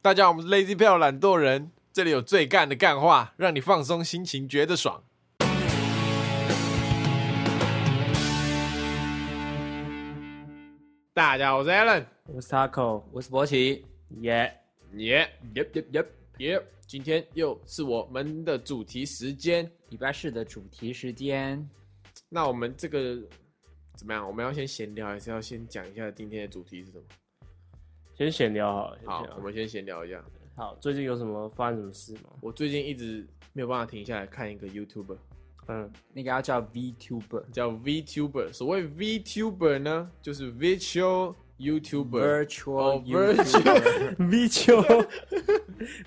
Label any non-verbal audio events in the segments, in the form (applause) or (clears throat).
大家好，我们是 Lazy p a l 懒惰人，这里有最干的干话，让你放松心情，觉得爽。大家好，我是 Alan，我是 Taco，我是博奇，耶、耶耶耶耶！耶！今天又是我们的主题时间，礼拜四的主题时间，那我们这个怎么样？我们要先闲聊，还是要先讲一下今天的主题是什么？先闲聊好了，先好闲，聊我们先闲聊一下。好，最近有什么发生什么事吗？我最近一直没有办法停下来看一个 YouTuber，嗯，那个要叫 VTuber 叫 VTuber。所谓 VTuber 呢，就是 Virtual YouTuber。哦 Virtual YouTuber (laughs) v (laughs) 丘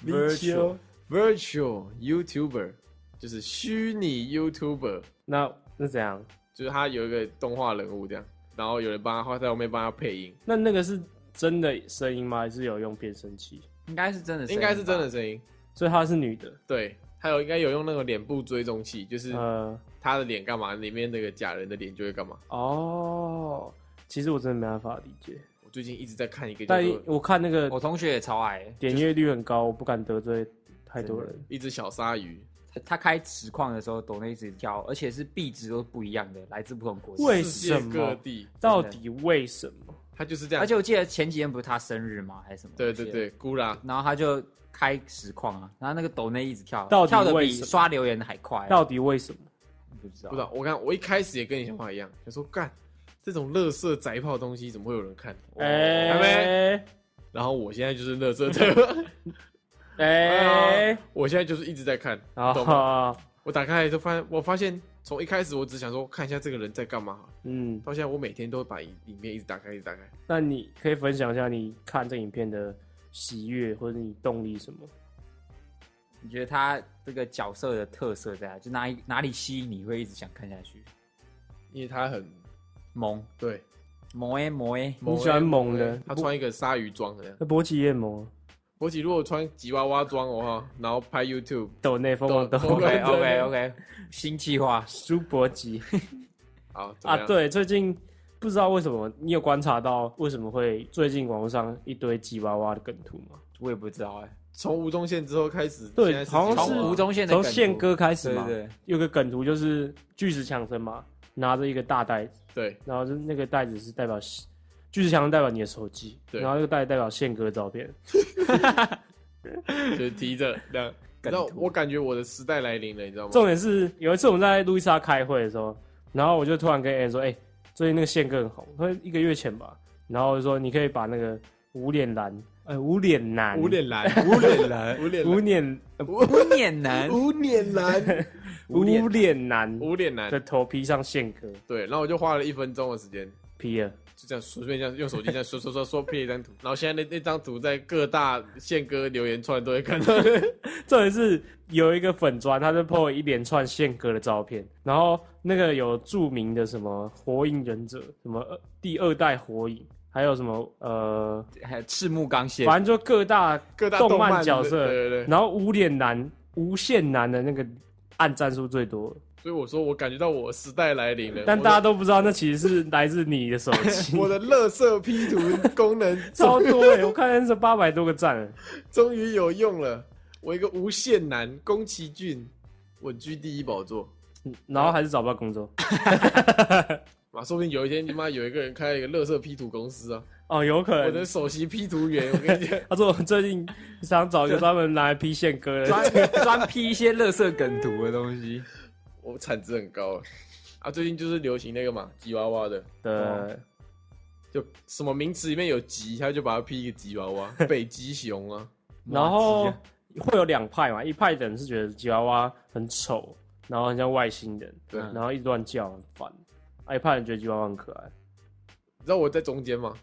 v 丘 Virtual， Virtual YouTuber 就是虚拟 YouTuber，那那怎样？就是他有一个动画人物这样，然后有人帮他画，在后面帮他配音，那那个是真的声音吗？还是有用变声器？ (laughs) 应该是真的声音 (laughs) 吧，应该是真的声音。所以她是女的，对，还有应该有用那个脸部追踪器，就是呃，他的脸干嘛，里面那个假人的脸就会干嘛。哦，其实我真的没办法理解，我最近一直在看一个叫但做我看那个哦我同学也超爱，点阅率很高，我不敢得罪太多人。一只小鲨鱼，他他开实况的时候抖那一直跳，而且是币值都不一样的，来自不同国为家。世界什么各地，到底为什么？他就是这样。而且我记得前几天不是他生日吗？还是什么？对对对，孤啦，然后他就开实况啊，然后那个抖内一直跳，到底跳的为比什么刷留言还快，啊到底为什么？不知道不知道。我看我一开始也跟你想法一样，想说干这种乐色宅炮东西怎么会有人看？还哎没然后我现在就是乐色宅， (laughs) 哎，我现在就是一直在看，你懂吗？啊，我打开来就发现，我发现从一开始我只想说看一下这个人在干嘛，嗯，到现在我每天都把影片一直打开，一直打开。那你可以分享一下你看这影片的喜悦或者你动力什么？你觉得他这个角色的特色在哪？就哪一哪里吸引你会一直想看下去？因为他很萌对，萌诶萌诶，猛欸喜欢猛的欸他穿一个鲨鱼装的那样。那勃起呃夜魔博奇如果穿吉娃娃装的话，然后拍 YouTube，抖内疯狂抖抖 OK OK OK，新计划苏博吉好怎么啊样，对，啊最近不知道为什么，你有观察到为什么会最近网络上一堆吉娃娃的梗图吗？我也不知道哎、从吴宗宪之后开始，对现在是好像吉娃是娃从吴宗宪的从梗图宪哥开始对嘛，对有个梗图就是巨石强森嘛，拿着一个大袋子，对然后就是那个袋子是代表巨石强森代表你的手机，对然后那个袋子代表宪哥的照片，就是提 (laughs) 着这样。你知道梗，图我感觉我的时代来临了，你知道吗？重点是有一次我们在路易莎开会的时候，然后我就突然跟 a n 说：“哎、最近那个宪哥很红，他一个月前吧。”然后我就说：“你可以把那个无脸男，呃，无脸男，无脸男，无脸男， (laughs) 无无脸脸对，无脸男， (laughs) 无脸男，无脸男无脸男的。头披上宪哥对，然后我就花了一分钟的时间，披了，就这样随便这样用手机这样刷刷刷刷配一张图，然后现在那那张图在各大宪哥留言串都会看到。重点是有一个粉砖，他就 po 了一连串宪哥的照片，然后那个有著名的什么火影忍者，什么呃第二代火影，还有什么呃，还有赤木刚宪，反正就各大各大动漫漫的角色对对对。然后无脸男、无限男的那个按战数最多，所以我说，我感觉到我时代来临了。但我的大家都不知道那其实是来自你的手 (laughs) 机，我的乐色 P 图功能 (laughs) 超多哎、我看是八百多个赞，欸终于有用了。我一个无限男宫崎骏稳居第一宝座。嗯然后还是找不到工作。啊，说不定有一天你妈有一个人开了一个乐色 P 图公司啊！哦，有可我能的。首席 P 图员，我跟你讲，他说我最近想找一个专门拿来批宪歌的，专专批一些乐色梗图的东西，我产值很高啊！啊，最近就是流行那个嘛，吉娃娃的，对，就什么名词里面有吉，他就把它 P 一个吉娃娃，北极熊啊，然后哇急啊会有两派嘛，一派的人是觉得吉娃娃很丑，然后很像外星人，对。嗯然后一直乱叫很烦；，啊一派人觉得吉娃娃很可爱，你知道我在中间吗？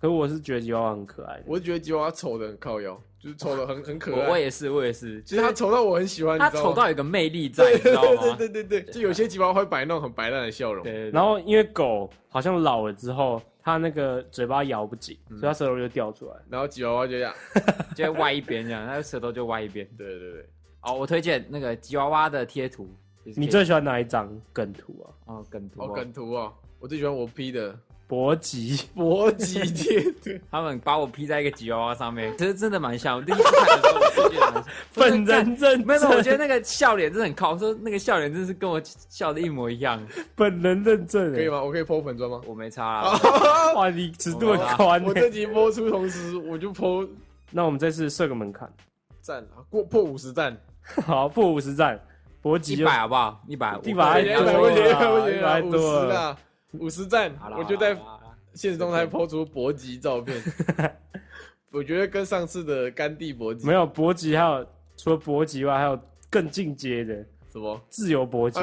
可是我是觉得吉娃娃很可爱的。我就觉得吉娃娃丑的很靠腰，就是丑的很很可我我爱。也是我也是，其实他丑到我很喜欢，他你知道丑吗到有一个魅力在，对你知对道吗？对对对对，就有些吉娃娃会摆那种很白烂的笑容。对，然后因为狗好像老了之后，它那个嘴巴咬不紧，嗯所以它舌头就掉出来。然后吉娃娃就这样，后就歪一边这样，他的舌头就歪一边。对对对，哦，我推荐那个吉娃娃的贴图，就是可以你最喜欢哪一张梗图啊？哦梗图哦，哦梗图哦，我最喜欢我 P 的搏击，搏击贴图，他们把我 P 在一个吉娃娃上 (laughs) 面，其实真的蛮像。我第一次看的时候，我就觉得蛮像本人认没有，没有我觉得证，那个笑脸真的很靠。我说那个笑脸真是跟我笑的一模一样， (laughs) 本人认证，欸可以？吗？我可以剖粉砖吗？ (laughs) 我没差啦。哇，你尺度很宽我欸这集播出同时，我就剖那我们这次设个门槛，赞啊，过破五十赞，好，破五十赞，搏击一就百好不好？一百，一百一太百多不行了不行一百五多十了啊，五十赞好啦，我就在好啦好啦现实中才抛出搏击照 (laughs) 片。我觉得跟上次的甘地搏击没有搏击，还有除了搏击外，还有更进阶的什么自由搏 (laughs) 击，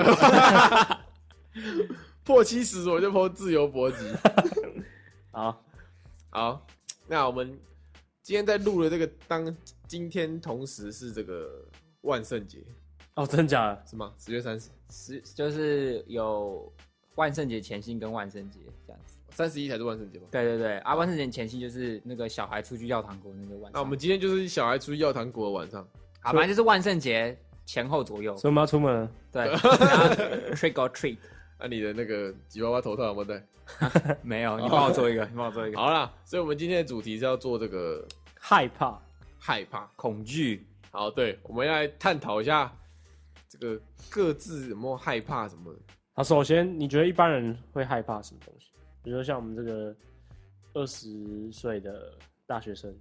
破七十，我就抛自由搏 (laughs) 击。好，好，那我们今天在录的这个当今天同时是这个万圣节哦，真假的？是吗？十月三十、十就是有万圣节前夕跟万圣节这样子。三十一才是万圣节吗？对对对，啊，万圣节前夕就是那个小孩出去要糖果那个晚上。那我们今天就是小孩出去要糖果的晚上，好，反正就是万圣节前后左右。所以我们要出门了，对，然后 trick or treat 那、啊你的那个吉娃娃头套有没有戴？ (laughs) 没有，你帮我做一个，你帮我做一个。好啦，所以我们今天的主题是要做这个害怕，害怕。恐惧，好，对，我们要来探讨一下这个各自有没有害怕什么的。好，首先你觉得一般人会害怕什么东西？比如说像我们这个二十岁的大学生，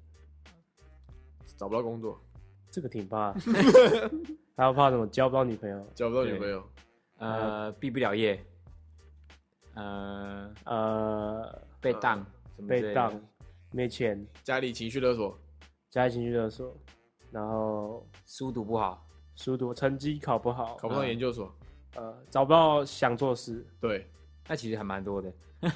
找不到工作，这个挺怕，还有怕什么交不到女朋友，交不到女朋友，呃，毕不了业，呃，呃，被当，什么之类的被当，没钱，家里情绪勒索，家里情绪勒索，然后书读不好，书读成绩考不好，考不上研究所，呃，找不到想做的事，对，那其实还蛮多的。 (laughs)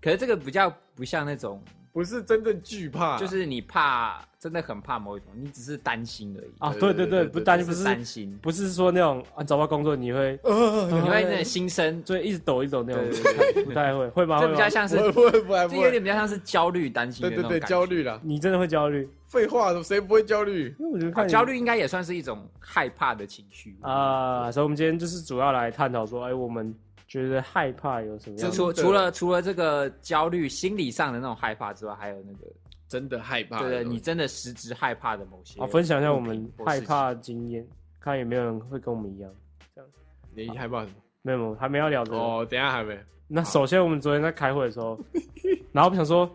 可是这个比较不像那种，不是真正惧怕，啊就是你怕，真的很怕某一种，你只是担心而已，啊，对对对对对对，对不对担就心不是是担 (laughs) 心，不是说那种啊找不到工作你会呃，你会那种心生，就一直抖一直抖那对种，对对， (laughs) 不太会，会吗？这会比吗较？像是不，会不会不会这不有会，点比较像是焦虑、担心对的那对种感对，觉。啊焦虑啦，你真的会焦虑？废话，谁不会焦虑？因为我觉得啊看你焦虑应该也算是一种害怕的情绪啊、所以我们今天就是主要来探讨说，哎、我们觉得害怕有什么样这的？除真的除了除了这个焦虑心理上的那种害怕之外，还有那个真的害怕，对对，你真的实质害怕的某些啊，分享一下我们物品或害事情怕经验，看有没有人会跟我们一样。你害怕什么？没有，没有，还没要聊这个。哦，等一下还没，那首先，我们昨天在开会的 (laughs) 时候，然后我想说，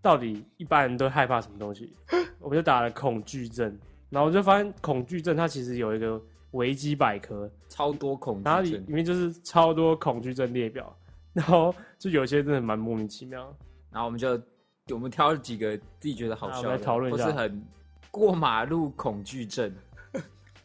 到底一般人都害怕什么东西？我就打了恐惧症，然后我就发现恐惧症它其实有一个维基百科，超多恐然后惧里症里。面就是超多恐惧症列表，然后就有些真的蛮莫名其妙的。然后我们就我们挑了几个自己觉得好啊笑我们来的，讨论一或下是很过马路恐惧症。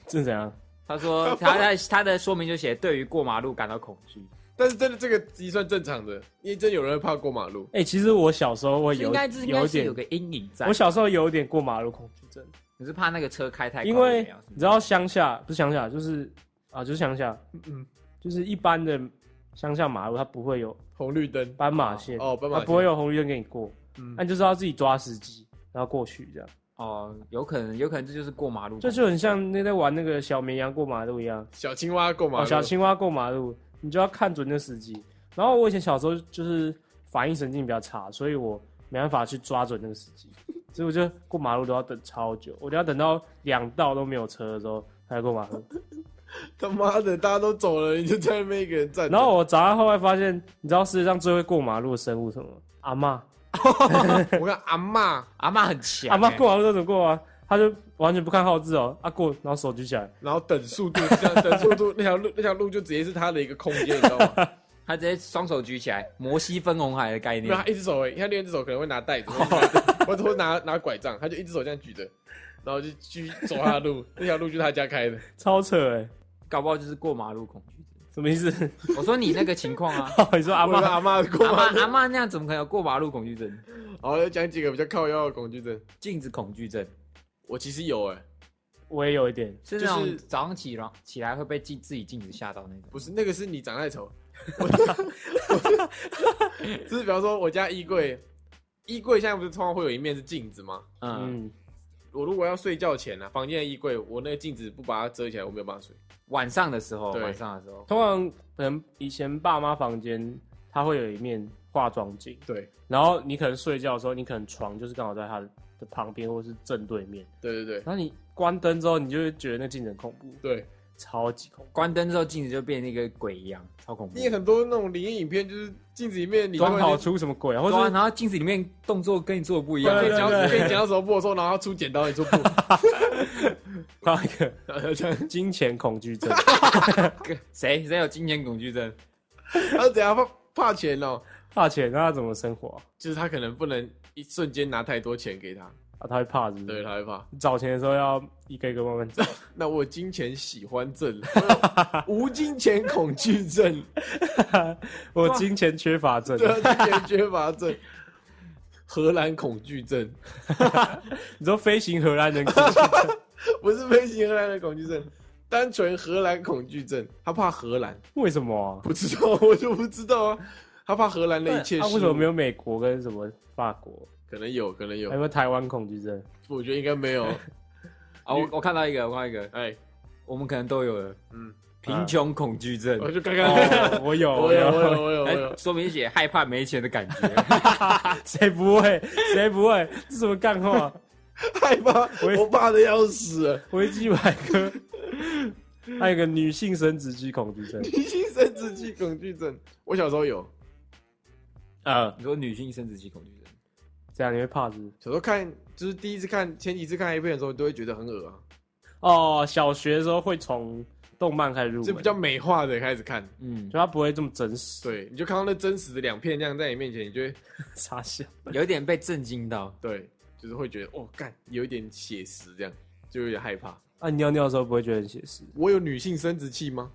这是怎样？他说他在他的说明就写对于过马路感到恐惧，但是真的这个也算正常的，因为真有人会怕过马路，哎、其实我小时候我有应该是应有该一是点有个阴影在我。小时候有点过马路恐惧症，你是怕那个车开太快，因为有没有你知道乡下不是乡下，就是啊，就是乡下，嗯嗯，就是一般的乡下马路，它不会有红绿灯，斑马线，哦，斑马它线不会，有红绿灯给你过，嗯那你就是要自己抓时机，然后过去这样，哦，有可能有可能这就是过马路恐惧，这就很像那在玩那个小绵羊过马路一样，小青蛙过马哦，路，小青蛙过马路，你就要看准那时机。然后我以前小时候就是反应神经比较差，所以我没办法去抓准那个时 (laughs) 机，所以我就过马路都要等超久，我都要等到两道都没有车的时候才 (laughs) 过马路。他妈的，大家都走了，你就在那边一个人站着，然后我找到后来发现，你知道世界上最会过马路的生物是什么吗？阿嬷，我看阿嬷，阿妈很强、阿嬷欸过马路都怎么过啊？她就完全不看号志哦，啊过，然后手举起来，然后等速度，这样等速 (laughs) 度，那条路那条路就直接是他的一个空间，你知道吗？他直接双手举起来，摩西分红海的概因念为他。一只手而已，他另一只手可能会拿袋子，或者会拿 (laughs) 拿拐杖，他就一只手这样举着，然后就去走他的路， (laughs) 那条路就是他家开的，超扯哎、搞不好就是过马路恐惧症。什么意思？ (laughs) 我说你那个情况啊，你说阿我的嬷阿嬷过阿马妈路阿，妈那样怎么可能有过马路恐惧症？好，要讲几个比较靠腰的恐惧症，镜子恐惧症我其实有哎、我也有一点，是那就是种早上起床起来会被镜自己镜子吓到那种。不是那个是你长太 (laughs) 丑， (laughs) 我我就是比方说我家衣柜，衣柜现在不是通常会有一面是镜子吗？嗯，嗯，我如果要睡觉前啊，房间的衣柜，我那个镜子不把它遮起来，我没有办法睡。晚上的时候，对晚上的时候，通常可能以前爸妈房间它会有一面化妆镜，对然后你可能睡觉的时候，你可能床就是刚好在他的旁边或是正对面，对对对然后你关灯之后，你就会觉得那镜子很恐怖，对，超级恐怖。关灯之后镜子就变那个鬼一样，超恐怖因。为很多那种灵异影片，就是镜子里面你装会好出什么鬼啊，或对啊，者然后镜子里面动作跟你做的不一样，被对对剪对到被剪到手部的时候，然后他出剪刀，你出 (laughs) 布，发一个然后这样金钱恐惧症，谁谁有金钱恐惧症？然后等下怕怕钱哦，怕钱，那他怎么生活啊？就是他可能不能一瞬间拿太多钱给他，啊他会怕是不对是？他会怕。找钱的时候要一个一个慢 (laughs) 慢找，那我金钱喜欢 (laughs) 症，我有无金钱恐惧症，我金钱缺乏症，对啊，金钱缺乏症，荷兰恐惧症，你说飞行荷兰人 (laughs) 恐惧不是飞行荷兰的恐惧症，单纯荷兰恐惧症，他怕荷兰，为什么啊？不知道我就不知道啊，他怕荷兰的一切他事啊为什么没有？有哎美国跟什么法国？可能有，可能有还有，没有台湾恐惧症？我觉得应该 (laughs) 没有。啊，我我看到一个，我看到一个，哎，我们可能都有了，嗯嗯，贫穷恐惧症我。就看看，哦，我有， (laughs) 我有，我有，我有，我哎有，，说明写害怕没钱的感觉， (laughs) (laughs) 谁不会？谁不会？这什么干话？ (laughs) 害怕，也我怕的要死了。维基百科，还有一个女性生殖器恐惧 (laughs) 症。女性生殖器恐惧症，我小时候有，呃，你说女性生殖器恐惧症，这样你会怕是不是？小时候看就是第一次看前几次看 A 片的时候，你都会觉得很恶啊，哦，小学的时候会从动漫开始入就门，比较美化的开始看。嗯，就它不会这么真实。，对，你就看到那真实的两片这样在你面前，你就会傻笑。有一点被震惊到，对，就是会觉得哦，干有一点写实，这样就有点害怕。啊，你尿尿的时候不会觉得很写实？我有女性生殖器 (laughs) 吗？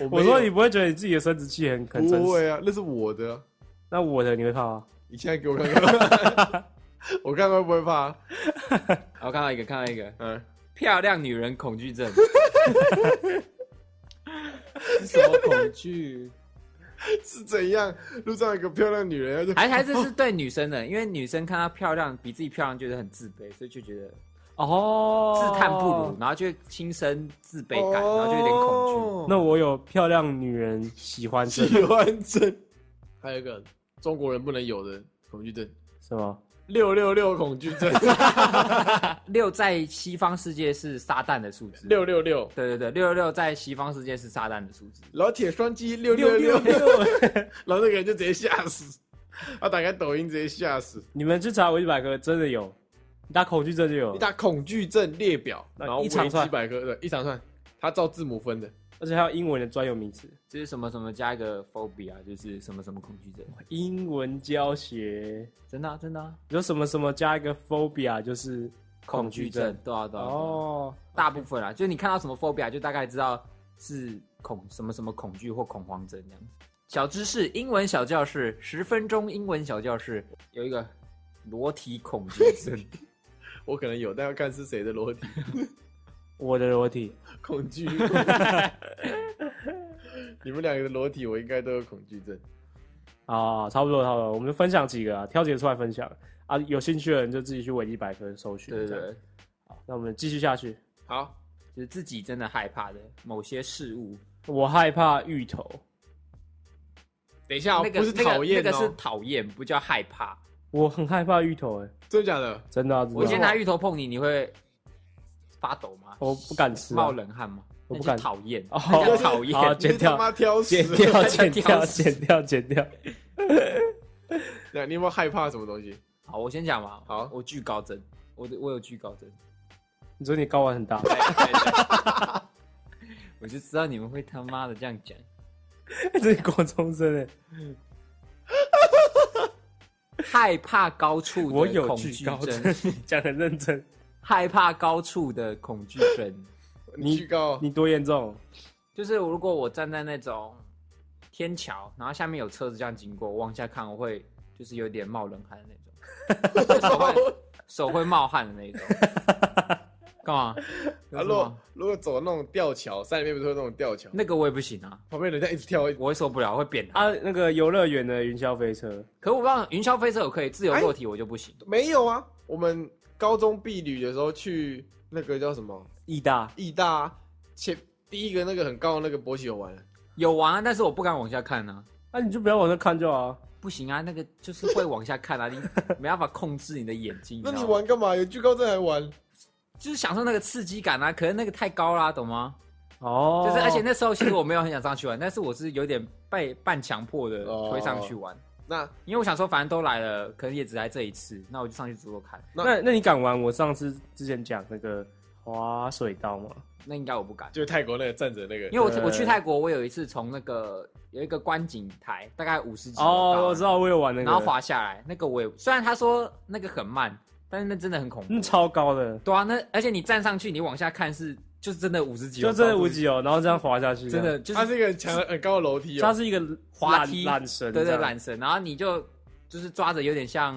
我没我有说你不会觉得你自己的生殖器很很真不实？会啊，那是我的啊、那我的你会怕吗？你现在给我看看， (laughs) 我看会不会怕？啊然后看到一个，看到一个嗯，漂亮女人恐惧 (laughs) 症，是什么恐惧？是怎样？路上有个漂亮女人，她就还还是是对女生的，因为女生看她漂亮，比自己漂亮，觉得很自卑，所以就觉得哦，自叹不如，。然后就心生自卑感，然后就有点恐惧。那我有漂亮女人喜欢 (laughs) 症，哦喜欢症，还有一个中国人不能有的恐惧症，是吗？六六六恐惧 (laughs) 症，六在西方世界是撒旦的数字，六六六，对对对，六六六在西方世界是撒旦的数字。老铁双击六六六，然后那个人就直接吓死，他打开抖音直接吓死，你们去查维基百科，真的有，你打恐惧症就有你，打恐惧症列表，哦那然后一长串维基百科对一长串，他照字母分的，而且还有英文的专有名词，就是什么什么加一个 phobia，就是什么什么恐惧症，英文教学，真的啊、真的啊、有什么什么加一个 phobia 就是恐惧症。对啊对啊，对啊哦，大部分啊，就你看到什么 phobia，就大概知道是恐什么什么恐惧或恐慌症这样子。小知识，英文小教室，十分钟英文小教室，有一个裸体恐惧症，我可能有，但要看是谁的裸体我的裸体，恐 (laughs) 惧。你们两个的裸体，我应该都有恐惧症。啊，差不多，差不多，我们分享几个啊，挑几个出来分享啊，有兴趣的人就自己去维基百科搜寻。对对这样对，好，那我们继续下去。好，就是自己真的害怕的某些事物，我害怕芋头，等一下、哦，那个不是讨厌哦，那个，那个是讨厌，不叫害怕。我很害怕芋头、欸，哎，真的假的？真的、啊，真的啊我今天拿芋头碰你，你会发抖吗？我不敢吃、冒哦啊，冷汗吗？我不那就敢讨厌，哦那叫讨厌 (laughs) 好，你是剪他掉，妈挑食 (laughs) 剪 (laughs) 掉，剪挑掉，食剪掉，剪掉。对啊你有没有害怕什么东西？好，我先讲吧。好我惧高症，我的我有惧高症。你说你睾丸很大， (laughs) 哎我就知道你们会他妈的这样讲。这是国中生哎、害怕高处我的有恐惧惧高症，症， (laughs) 讲的认真，害怕高处的恐惧症， (laughs) (laughs) 你巨高哦，你多严重？就是如果我站在那种天桥，然后下面有车子这样经过，我往下看，我会就是有点冒冷汗的那 (laughs) 种，手会手会冒汗的那种。干嘛？有啊，什如果么如果走那种吊桥，山里面不是会有那种吊桥，那个我也不行啊，旁边人家一直跳，一直我会受不了，我会扁他。啊，那个游乐园的云霄飞车，可我不知道云霄飞车我可以自由落体，我就不行。没有啊。我们高中避旅的时候去那个叫什么义大，义大啊前第一个那个很高的那个勃起有玩了，有玩啊，但是我不敢往下看啊。那、你就不要往那看就好啊。不行啊，那个就是会往下看啊，你没办法控制你的眼睛。那知你道吗玩干嘛？有惧高症还玩？就是享受那个刺激感啊，可是那个太高啦，懂吗？哦，就是而且那时候其实我没有很想上去玩，但是我是有点被半强迫的哦推上去玩，那因为我想说反正都来了，可能也只来这一次，那我就上去做做看。那那你敢玩我上次之前讲那个滑水道吗？那应该我不敢，就泰国那个站着那个，因为我对我去泰国，我有一次从那个有一个观景台，大概五十几楼高哦，我知道，我有玩那个，然后滑下来，那个我也虽然他说那个很慢，但是那真的很恐怖。嗯超高的，对啊，那而且你站上去，你往下看是就是真的五十几楼就高度，真的无极哦，然后这样滑下去，真的就是它是一个强很高的楼梯它哦，是一个滑梯缆缆绳这对样，对缆绳，然后你就就是抓着有点像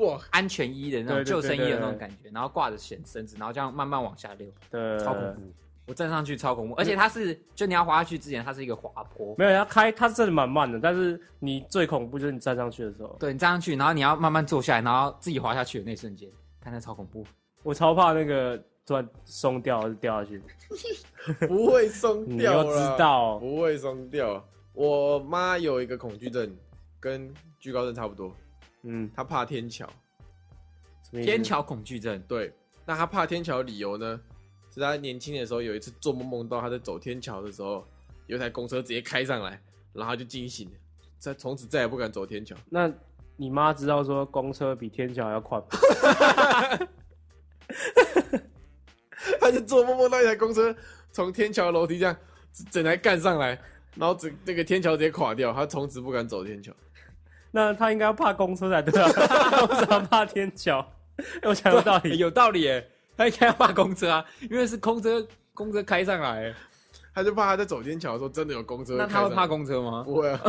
哇，安全衣的那种对对救生衣对对的那种感觉，然后挂着绳绳子，然后这样慢慢往下溜，对，超恐怖。我站上去超恐怖，而且它是就你要滑下去之前，它是一个滑坡，没有，它开它真的蛮慢的，但是你最恐怖就是你站上去的时候，对你站上去，然后你要慢慢坐下来，然后自己滑下去的那一瞬间，看它超恐怖。我超怕那个突然松掉还是掉下去，不会松你掉又啦知道不会松掉。我妈有一个恐惧症，跟惧高症差不多，嗯，她怕天桥。什么意思天桥恐惧症，对，那她怕天桥的理由呢，是她年轻的时候有一次做梦梦到她在走天桥的时候，有一台公车直接开上来，然后她就惊醒了，再从此再也不敢走天桥。那你妈知道说公车比天桥还要快吗？她就做梦梦到一台公车从天桥楼梯这样整台干上来，然后整那个天桥直接垮掉，她从此不敢走天桥。那她应该要怕公车才对啊，为什么怕天桥？ (laughs) 我想有道欸 (laughs) 理，有道理耶，他应该要骂公车啊，因为是公车公车开上来耶，她就怕她在走天桥的时候真的有公车。那他会怕？公车吗？不会啊，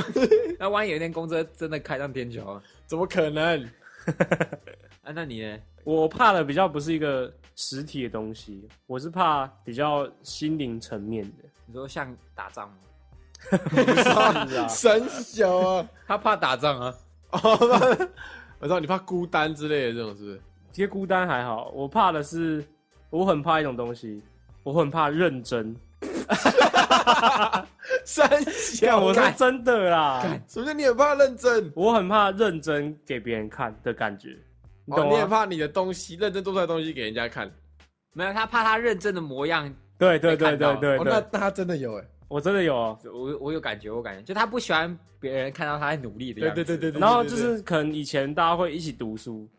那万一有一天公车真的开上天桥啊？怎么可能？啊，那你呢？我怕的比较不是一个实体的东西，我是怕比较心灵层面的。你说像打仗吗？是啊，神小啊！他怕打仗 (laughs) 啊，哦， (laughs) 我知道你怕孤单之类的这种是不是？其实孤单还好，我怕的是，我很怕一种东西，我很怕认真。三但小我我是看，真的啦，什么叫你很怕认真？我很怕认真给别人看的感觉，你哦，懂你也吗？怕你的东西认真做出来的东西给人家看。没有，他怕他认真的模样。对对对被看到对对哦，那对，那他真的有哎，我真的有哦。我我有感觉，我有感觉，就他不喜欢别人看到他在努力的对样子。对对对对。然后对就对对是可能以前大家会一起读书，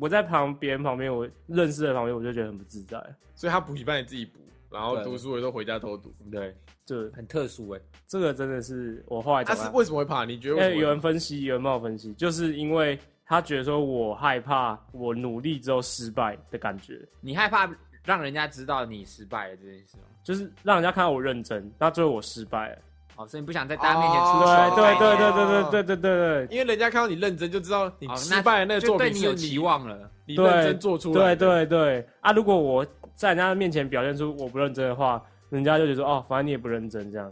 我在旁别人旁边，我认识的旁边，我就觉得很不自在。所以他补习班你自己补，然后对读书的时候回家偷读。对，就很特殊哎、这个真的是我后来他才啊是发为什么会怕？你觉得为哎、什么会怕？有人分析，有人帮我分析，就是因为他觉得说我害怕我努力之后失败的感觉，你害怕让人家知道你失败了这件事吗？就是让人家看到我认真，那最后我失败了。哦，所以你不想在大家面前出哦丑啊哎的对概对念。对对对对对对对因为人家看到你认真，就知道你哦失败的那个就作对品你是有期望了。你对认真做出来对的。对对啊！如果我在人家面前表现出我不认真的话，人家就觉得说哦，反正你也不认真，这样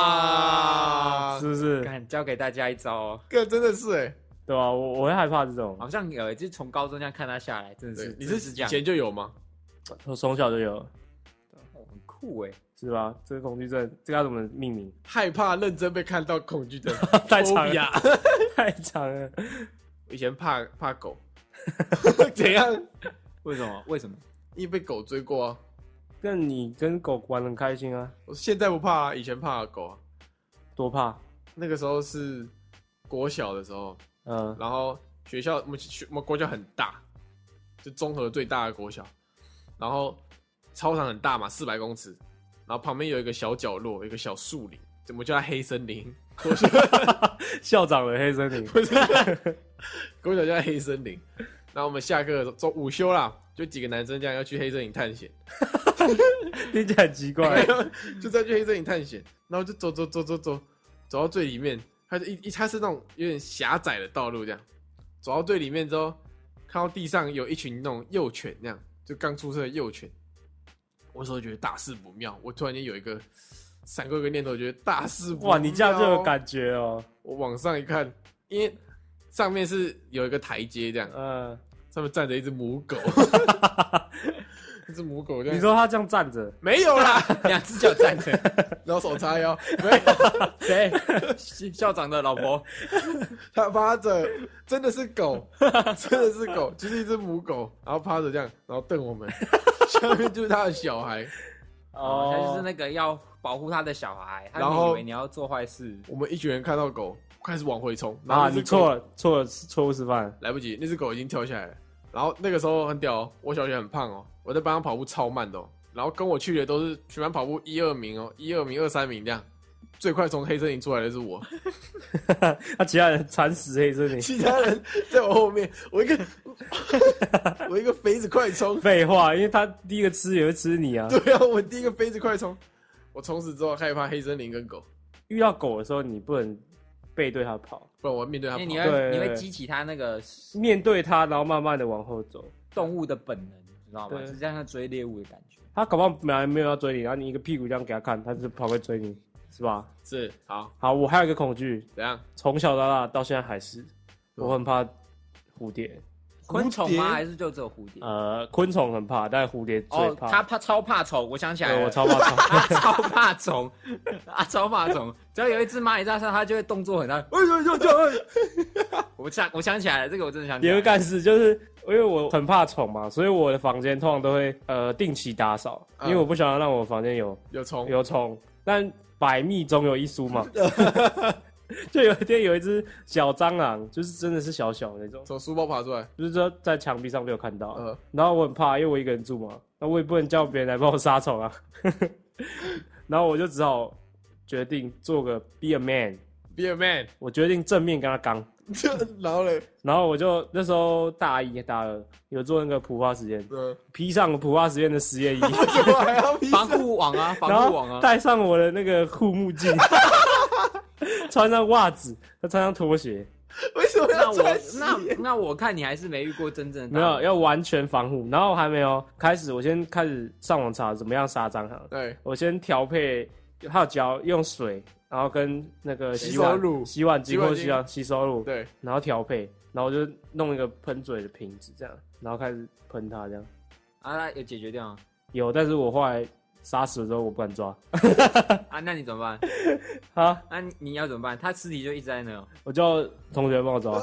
哇是，不是？看，教给大家一招哦，这真的是哎，对吧、我我会害怕这种，好像有欸，就是从高中这样看他下来，真的对是，你真是的是这以样，前就有吗？我从小就有，哦很酷哎。是吧？这个恐惧症，这个要怎么命名？ (laughs) 害怕认真被看到恐惧 (laughs) 症，太长 Phobia (laughs) 了，太长了。以前怕怕狗，怎样？为什么？为什么？因为被狗追过啊。那你跟狗玩得很开心啊？我现在不怕、啊，以前怕狗、啊。多怕？那个时候是国小的时候，(laughs) 嗯、然后学校我们学我们国小很大，就综合最大的国小，然后操场很大嘛，四百公尺，然后旁边有一个小角落，有一个小树林，怎么叫它黑森林？ (laughs) 国小校长的黑森 (laughs) 林不是，国小叫黑森林。然后我们下课的时候，中午休啦，就几个男生这样要去黑森林探险。听起来很奇怪。就再去黑森林探险，然后就走走走走走，走到最里面，它就一一它是那种有点狭窄的道路这样，走到最里面之后，看到地上有一群那种幼犬那样，就刚出生的幼犬，我那时候觉得大事不妙，我突然间有一个闪过一个念头，觉得大事不妙，哇，你这样就有，感觉哦。我往上一看，因为上面呃是有一个台阶这样，嗯、 (laughs) 上面站着一只母狗，一只母狗这样。你说他这样站着，没有 (laughs) 啦，两只脚站着，然后手叉腰，没有，谁？校长的老婆，它趴着，真的是狗，真的是狗，就是一只母狗，然后趴着这样，然后瞪我们，下面就是它的小孩。哦，他就是那个要保护他的小孩，他然们后以为你要做坏事，我们一群人看到狗，开始往回冲，然后啊，那只你狗错了，错了，错误示范。来不及，那只狗已经跳下来了。然后那个时候很屌、哦，我小学很胖哦，我在班上跑步超慢的、哦，然后跟我去的都是全班跑步一二名哦，一二名、二三名这样。最快从黑森林出来的是我， (laughs) 那其他人惨死黑森林。其他人在我后面，我一个 (laughs) 我一个肥子快冲，废话，因为他第一个吃也会吃你 (laughs) 啊。对啊，我第一个飞子快冲。我从此之后害怕黑森林跟狗，遇到狗的时候，你不能背对它跑，不哎然我要面对它因为你跑。会对你对会激起他那个面对它，然后慢慢的往后走。动物的本能，你知道吗？对就是像他追猎物的感觉。它搞不好本来没有要追你，然后你一个屁股这样给它看，它就跑过来追你，是吧？是好，好，我还有一个恐惧，怎样？从小到大到现在还是，我很怕蝴蝶。昆虫蝴吗？蝶还是就只有蝴蝶？呃，昆虫很怕，但蝴蝶最哦，怕。他怕超怕虫，我想起来对了， (laughs) 我超怕虫。他超怕虫， (laughs) 啊，超怕虫。只要有一只蚂蚁在上，他就会动作 (laughs) 很大。哎呦呦呦！哎我想我想起来了，这个我真的想起也来会了。干事，就是因为我很怕虫嘛，所以我的房间通常都会呃定期打扫，嗯因为我不想要让我房间有有哦虫？有虫。但百密总有一疏嘛， (laughs) 就有一天有一只小蟑螂，就是真的是小小的那种，从书包爬出来？就是说在墙壁上被我看到，嗯呃，然后我很怕，因为我一个人住嘛，那我也不能叫别人来帮我杀虫啊， (laughs) 然后我就只好决定做个 be a man， be a (laughs) man。我决定正面跟他刚。然后嘞，然后我就那时候大一大二有做那个普化实验，嗯，披上普化实验的实验衣，怎么还要披防上？护网啊， (laughs) 然 (laughs) 防护网后啊。戴上我的那个护目镜， (laughs) 穿上袜子，再穿上拖鞋，为什么那要我穿鞋？那那我看你还是没遇过真正的没大有蚊要完全防护。然后还没有开始，我先开始上网查怎么样杀蟑螂。对，我先调配还有胶，用水，然后跟那个洗洗手碗乳洗碗机洗或碗者机洗碗洗手 (laughs) 乳，对，然后调配，然后我就弄一个喷嘴的瓶子这样，然后开始喷它这样。啊，那有解决掉吗有，但是我后来杀死了之后，我不敢抓啊？那你怎么办？啊，那你你要怎么办？他尸体就一直在那哦，我叫同学帮我抓。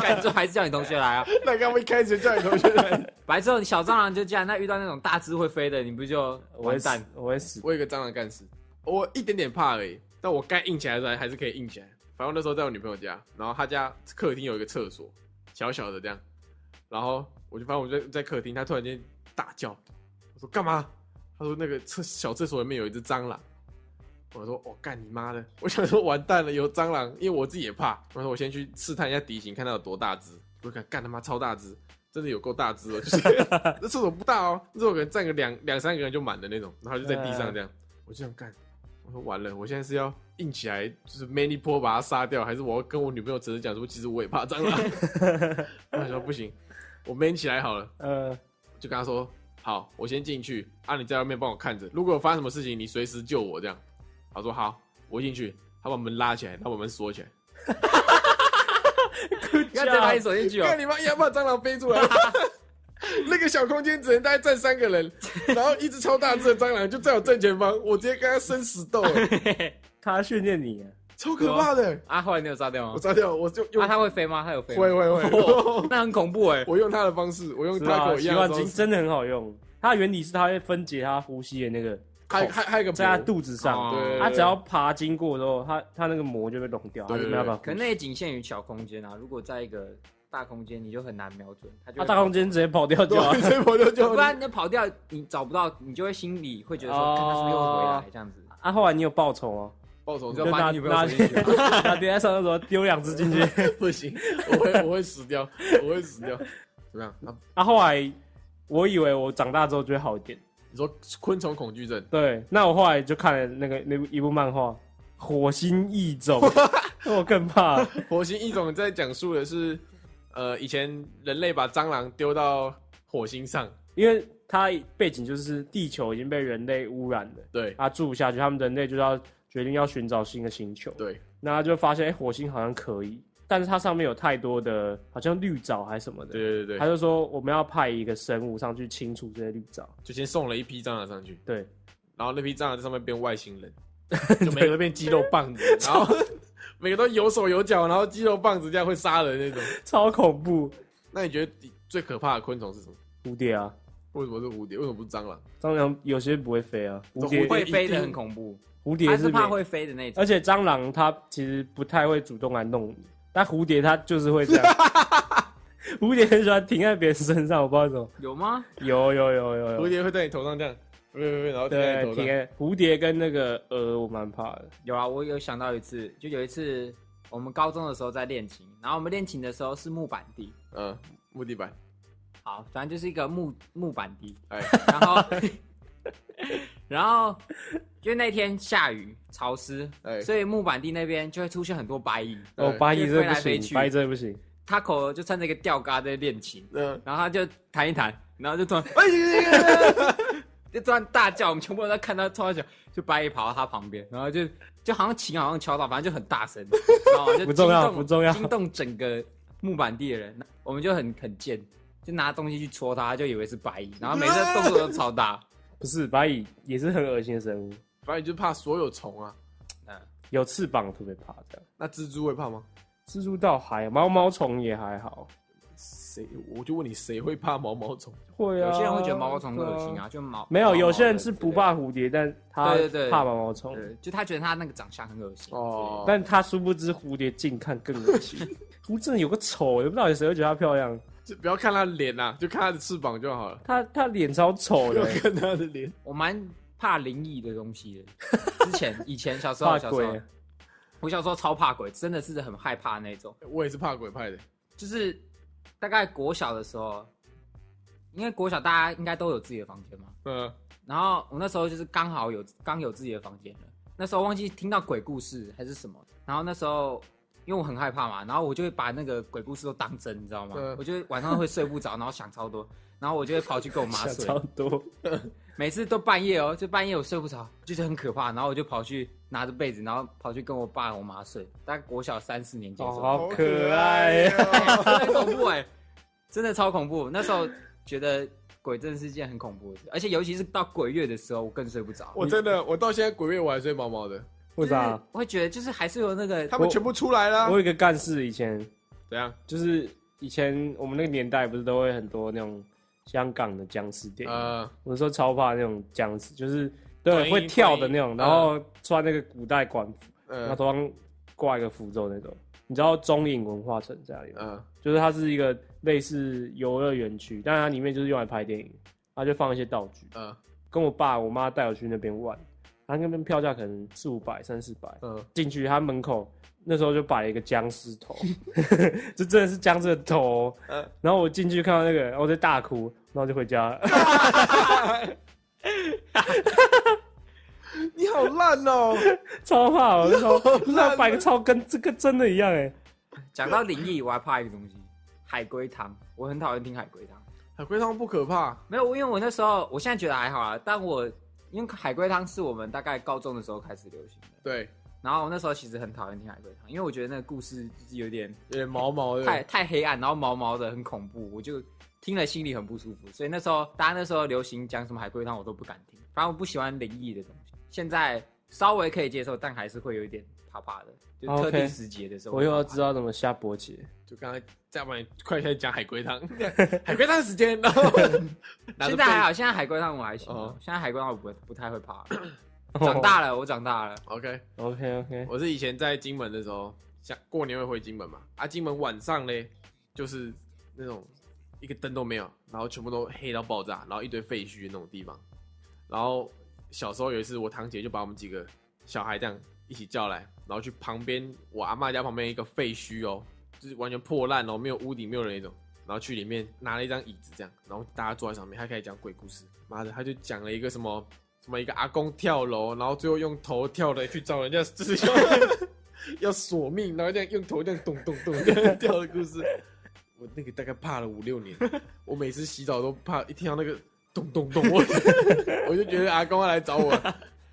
干就还是叫你同学来啊。那刚刚一开始就叫你同学来，白哦之后，你小蟑螂就这样。那遇到那种大只会飞的，你不就我完会死蛋？，我会 (laughs) 死。我有个蟑螂干事，我一点点怕而已，但我该硬起来的时候还是可以硬起来。反正我那时候在我女朋友家，然后她家客厅有一个厕所，小小的这样，然后我就反正我就在在客厅，她突然间大叫，我说干嘛？她说那个厕小厕所里面有一只蟑螂。我说我、哦干你妈的！我想说完蛋了，有蟑螂，因为我自己也怕。我说我先去试探一下敌情，看它有多大只。我看干他妈超大只，真的有够大只哦！就是 (laughs) 那厕所不大哦，那厕所可能站个两两三个人就满的那种，然后就在地上这样。我就想干，我说完了，我现在是要硬起来，就是 many 波把它杀掉，还是我要跟我女朋友直接讲说，其实我也怕蟑螂？ (laughs) 我想说不行，我 man 起来好了。呃，就跟他说：“好，我先进去，啊，你在外面帮我看着，如果有发生什么事情，你随时救我。”这样，他说：“好，我进去。”他把门拉起来，他把门锁起来。你看再把你锁进去哦看。你妈，要怕蟑螂飞出来。 (laughs) 那个小空间只能大概站三个人，然后一只超大只的蟑螂就在我正前方，我直接跟他生死斗，哎他训练你啊，超可怕的。啊，后来你有杀掉我吗？炸掉，我就用啊，它会飞吗？它有飞吗？会会会，那很恐怖哎、 (laughs) 我用他的方式，我用是他吧？跟我一洗样碗的巾方式，真的很好用，它的原理是它会分解它呼吸的那个，还还还有一个在它膜肚子上，哦对，它只要爬经过之后，它它那个膜就被溶掉，它对就没办法可呼吸。那也仅限于小空间啊。如果在一个大空间，你就很难瞄准，它就它会啊大空间直接跑掉就好对，啊所以我就跑，就不然你跑掉，你找不到，你就会心里会觉得哦说，看它是不是又回来这样子。 (laughs) 啊，后来你有报仇哦，报仇你就就就把拿你女朋友拿锁 (laughs) 进去啊，拿叠在上厕所丢两只 (laughs) 进去。 (laughs) 不行，我会 (laughs) 我会死掉，我会死掉。怎么样？啊、啊，后来我以为我长大之后就会好一点，你说昆虫恐惧症，对，那我后来就看了那个那部一部漫画《火星异种》， (laughs) 我更怕了。火星异种在讲述的是，呃，以前人类把蟑螂丢到火星上，因为它背景就是地球已经被人类污染了，对它住不下去，他们人类就要决定要寻找新的星球。对，那他就发现，哎、火星好像可以，但是它上面有太多的，好像绿藻还是什么的，对对对他对，就说我们要派一个生物上去清除这些绿藻。就先送了一批蟑螂上去，对，然后那批蟑螂在上面变外星 (laughs) 人，就每个都变肌肉棒子，然后 (laughs) 每个都有手有脚，然后肌肉棒子这样会杀人那种。超恐怖，那你觉得最可怕的昆虫是什么？蝴蝶啊，为什么是蝴蝶？为什么不是蟑螂？蟑螂有些不会飞啊，蝴蝴蝶蝶会飞一定的很恐怖，蝴蝶他是是怕没，会飞的那种。而且蟑螂它其实不太会主动来弄你，但蝴蝶它就是会这样。蝴蝶很喜欢停在别人身上，我不知道为什么。有吗？有有有有有，蝴蝶会在你头上这样，喂喂喂，然后停在呃对你头停上。在蝴蝶跟那个鹅，我蛮怕的。有啊，我有想到一次，就有一次我们高中的时候在练琴，然后我们练琴的时候是木板地，嗯，木地板，好，反正就是一个木木板地，哎，然后然后因为那天下雨潮湿，哎所以木板地那边就会出现很多白蚁，对哦，八一就这飞不来飞行，去八一这不行。他口就穿着一个吊嘎在练琴，嗯，然后他就弹一弹，然后就突然哎呀， (laughs) 就突然大叫，我们全部人在看他，突然就就白蚁跑到他旁边，然后就就好像琴好像敲到，反正就很大声，然后就不重要惊动不重要惊动整个木板地的人，我们就很很贱，就拿东西去戳他，就以为是白蚁，然后每次动作都超 (laughs) 大，不是，八一也是很恶心的生物， (laughs) 反正你就怕所有虫啊。有翅膀特别怕这样。那蜘蛛会怕吗？蜘蛛倒还好，毛毛虫也还好。谁？我就问你，谁会怕毛毛虫？会啊，有些人会觉得毛毛虫很恶对心啊，就毛没有，有些人是是不怕，蝴蝶，但他对对对怕毛毛虫。对，就他觉得他那个长相很恶心哦，但他殊不知蝴蝶近看更恶 (laughs) 心。蝴蝶真的有个丑，也不知道谁会觉得她漂亮。就不要看它脸呐，就看它的翅膀就好了。她她脸超丑不要 (laughs) 的，看它的脸，我蛮怕灵异的东西的。之前以前小时候， (laughs) 怕小时候鬼。我小时候超怕鬼，真的是很害怕那种。我也是怕鬼派的。就是大概国小的时候，因为国小大家应该都有自己的房间嘛。嗯，然后我那时候就是刚好有刚有自己的房间了，那时候忘记听到鬼故事还是什么，然后那时候因为我很害怕嘛，然后我就会把那个鬼故事都当真，你知道吗嗯？我就晚上会睡不着，然后想超多，然后我就会跑去跟我妈想 (laughs) 睡，超多，每次都半夜哦，就半夜我睡不着，就是很可怕，然后我就跑去拿着被子，然后跑去跟我爸我妈睡，大概国小三四年级的时候，好可爱啊好可爱哦真的很恐怖哎、真的超恐怖。那时候觉得鬼真的是一件很恐怖的事，而且尤其是到鬼月的时候，我更睡不着。我真的，我到现在鬼月我还睡毛毛的，为就啥是？会觉得就是还是有那个他们全部出来了我。有一个干事，以前怎样？就是以前我们那个年代，不是都会很多那种香港的僵尸电影吗？呃，我说超怕那种僵尸，就是观对音会跳的那观种，音然呃后穿那个古代管服，然后呃，头上挂一个符咒那种。你知道中影文化城在哪里吗？呃，就是它是一个类似游乐园区，但它里面就是用来拍电影，它就放一些道具。呃，跟我爸我妈带我去那边玩，它那边票价可能四五百、三四百，呃，进去它门口那时候就摆了一个僵尸头， (laughs) 这真的是僵尸的头哦、呃，然后我进去看到那个，我在大哭，然后就回家 (laughs) 了。你好烂哦！超怕，哦我超不是要摆个超跟这个真的一样哎、讲到灵异，我还怕一个东西，海龟汤。我很讨厌听海龟汤。海龟汤不可怕，没有，因为我那时候我现在觉得还好啊，但我因为海龟汤是我们大概高中的时候开始流行的，对，然后我那时候其实很讨厌听海龟汤，因为我觉得那个故事就是有点有点毛毛的。太太黑暗，然后毛毛的，很恐怖，我就听了心里很不舒服。所以那时候大家那时候流行讲什么海龟汤，我都不敢听，反正我不喜欢灵异的东西。现在稍微可以接受，但还是会有一点怕怕的，就特 OK 定时节的时候我会又怕怕。要知道怎么下波节，就刚才再帮你快点讲海龟 (laughs) 汤，海龟汤时间，然后拿着现被在还好，现在海龟汤我还行、哦现在海龟汤我不不太会怕了。长 (laughs) 大了，我长大了， OK， OK OK，我是以前在金门的时候，像过年会回金门嘛，啊，金门晚上嘞，就是那种一个灯都没有，然后全部都黑到爆炸，然后一堆废墟那种地方。然后小时候有一次，我堂姐就把我们几个小孩这样一起叫来，然后去旁边我阿嬷家旁边一个废墟哦，就是完全破烂哦，没有屋顶，没有人那种。然后去里面拿了一张椅子这样，然后大家坐在上面，他开始讲鬼故事。妈的，他就讲了一个什么什么一个阿公跳楼，然后最后用头跳的去找人家，就是要要索命，然后这样用头这样咚咚咚这样跳的故事。我那个大概怕了五六年，我每次洗澡都怕一听到那个咚咚咚，我我就觉得阿公要来找我，